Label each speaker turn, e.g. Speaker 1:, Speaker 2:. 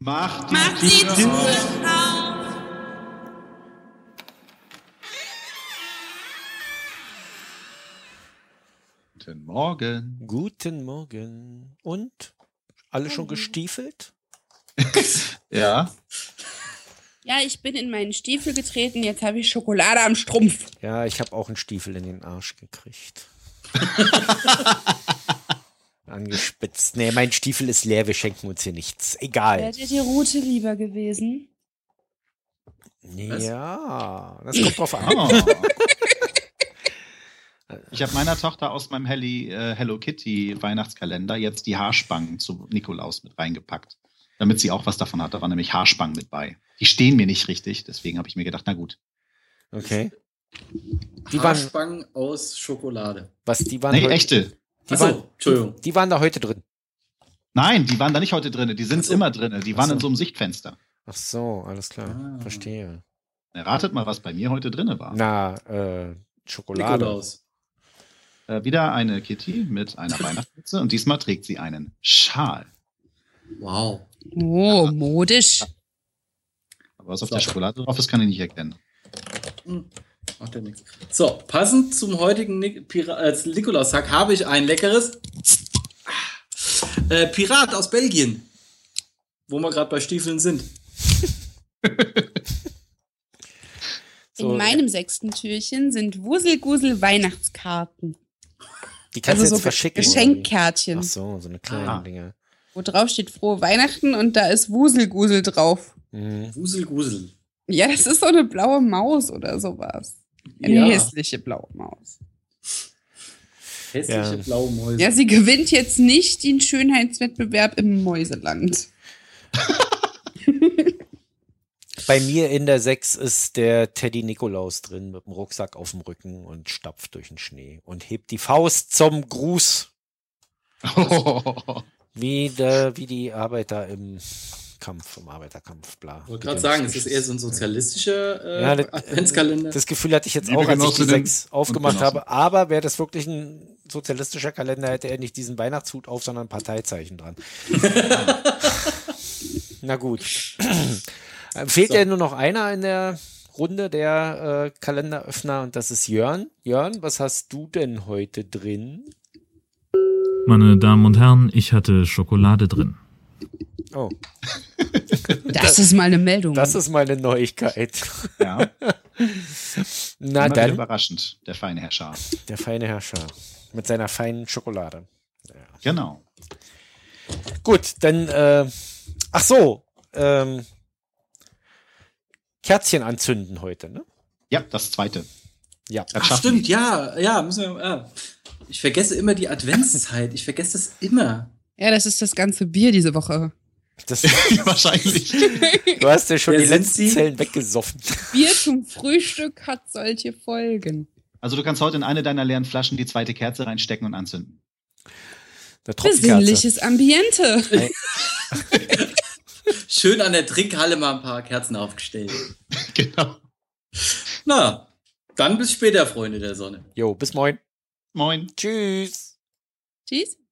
Speaker 1: Macht die,
Speaker 2: Mach die
Speaker 1: Tür
Speaker 2: Tür
Speaker 1: auf.
Speaker 2: auf.
Speaker 1: Guten Morgen.
Speaker 3: Guten Morgen. Und? Alle schon gestiefelt?
Speaker 1: Ja,
Speaker 2: Ja, ich bin in meinen Stiefel getreten. Jetzt habe ich Schokolade am Strumpf.
Speaker 3: Ja, ich habe auch einen Stiefel in den Arsch gekriegt. Angespitzt. Nee, mein Stiefel ist leer, wir schenken uns hier nichts. Egal.
Speaker 2: Wäre dir die Route lieber gewesen?
Speaker 3: Ja, das kommt drauf an.
Speaker 1: Oh. Ich habe meiner Tochter aus meinem Helly, äh, Hello Kitty Weihnachtskalender jetzt die Haarspangen zu Nikolaus mit reingepackt, damit sie auch was davon hat. Da waren nämlich Haarspangen mit bei. Die stehen mir nicht richtig, deswegen habe ich mir gedacht, na gut.
Speaker 3: Okay. Die waren,
Speaker 4: Haarspangen aus Schokolade.
Speaker 3: was, die waren,
Speaker 1: Nee,
Speaker 3: heute-
Speaker 1: echte.
Speaker 3: Die,
Speaker 4: Achso,
Speaker 3: waren,
Speaker 4: Entschuldigung.
Speaker 3: die waren da heute drin.
Speaker 1: Nein, die waren da nicht heute drin, die sind
Speaker 4: Ach so.
Speaker 1: immer drin. Die waren
Speaker 3: Ach so.
Speaker 1: in so einem Sichtfenster.
Speaker 3: Ach so, alles klar.
Speaker 4: Ah.
Speaker 3: Verstehe.
Speaker 1: Ratet mal, was bei mir heute drin war.
Speaker 3: Na, äh, Schokolade.
Speaker 4: Nikolaus.
Speaker 1: Äh, wieder eine Kitty mit einer Weihnachtsmütze und diesmal trägt sie einen Schal.
Speaker 4: Wow.
Speaker 2: Oh, modisch.
Speaker 1: Aber was auf
Speaker 4: So.
Speaker 1: der Schokolade drauf ist, kann ich nicht erkennen.
Speaker 4: Hm, Macht ja nichts. So, passend zum heutigen Nik Pira äh, zum Nikolaustag habe ich ein leckeres äh, Pirat aus Belgien. Wo wir gerade bei Stiefeln sind.
Speaker 3: So.
Speaker 2: In meinem sechsten Türchen sind Wuselgusel Weihnachtskarten.
Speaker 3: Die kannst du
Speaker 2: also so
Speaker 3: jetzt verschicken. oder wie?
Speaker 2: Geschenkkärtchen,
Speaker 3: Ach so, so eine kleine
Speaker 1: Ah.
Speaker 3: Dinge.
Speaker 2: wo drauf steht frohe Weihnachten und da ist Wuselgusel drauf.
Speaker 3: Mhm.
Speaker 4: Wusel, Gusel.
Speaker 2: Ja, das ist so eine blaue Maus oder sowas. Eine
Speaker 4: Ja,
Speaker 2: hässliche blaue Maus.
Speaker 4: hässliche
Speaker 3: Ja.
Speaker 4: blaue Mäuse.
Speaker 2: Ja, sie gewinnt jetzt nicht den Schönheitswettbewerb im Mäuseland.
Speaker 3: Bei mir in der 6 ist der Teddy Nikolaus drin mit dem Rucksack auf dem Rücken und stapft durch den Schnee und hebt die Faust zum Gruß. Wie, der, wie die Arbeiter im Kampf, im Arbeiterkampf, bla.
Speaker 4: Ich wollte gerade sagen, es ist eher so ein sozialistischer äh,
Speaker 3: Ja, das-
Speaker 4: Adventskalender.
Speaker 3: Das Gefühl hatte ich jetzt
Speaker 1: Liebe
Speaker 3: auch, als ich die
Speaker 1: Genossinnen
Speaker 3: sechs aufgemacht
Speaker 1: und
Speaker 3: habe. Aber wäre das wirklich ein sozialistischer Kalender, hätte er nicht diesen Weihnachtshut auf, sondern ein Parteizeichen dran. Na gut. Äh, Fehlt
Speaker 4: So.
Speaker 3: ja nur noch einer in der Runde der äh, Kalenderöffner und das ist Jörn. Jörn, was hast du denn heute drin?
Speaker 5: Meine Damen und Herren, ich hatte Schokolade drin.
Speaker 3: Oh,
Speaker 2: Das ist mal eine Meldung.
Speaker 3: das ist meine Neuigkeit.
Speaker 1: ja.
Speaker 3: Na
Speaker 1: Immer wieder
Speaker 3: Ah, dann,
Speaker 1: überraschend, der feine Herr Schal.
Speaker 3: der feine Herrscher mit seiner feinen Schokolade.
Speaker 1: Genau.
Speaker 3: Gut, dann, äh, ach so, ähm, Kerzchen anzünden heute, ne?
Speaker 1: Ja, das zweite.
Speaker 3: Ja.
Speaker 1: Das
Speaker 4: Ach,
Speaker 1: schaffen
Speaker 4: stimmt, ja, ja, müssen wir. Ja. Ich vergesse immer die Adventszeit. Ich vergesse das immer.
Speaker 2: ja, das ist das ganze Bier diese Woche.
Speaker 3: Das,
Speaker 1: wir. Wahrscheinlich.
Speaker 3: du hast ja schon
Speaker 4: Wer
Speaker 3: die
Speaker 4: sind
Speaker 3: letzten
Speaker 4: Sie?
Speaker 3: Zellen weggesoffen.
Speaker 2: Bier zum Frühstück hat solche Folgen.
Speaker 1: Also du kannst heute in eine deiner leeren Flaschen die zweite Kerze reinstecken und anzünden.
Speaker 3: Eine Tropfenkerze.
Speaker 2: Besinnliches Ambiente.
Speaker 4: Schön an der Trinkhalle mal ein paar Kerzen aufgestellt.
Speaker 1: Genau.
Speaker 4: Na, dann bis später, Freunde der Sonne.
Speaker 3: Jo, bis morgen.
Speaker 1: Moin.
Speaker 3: Tschüss.
Speaker 2: Tschüss.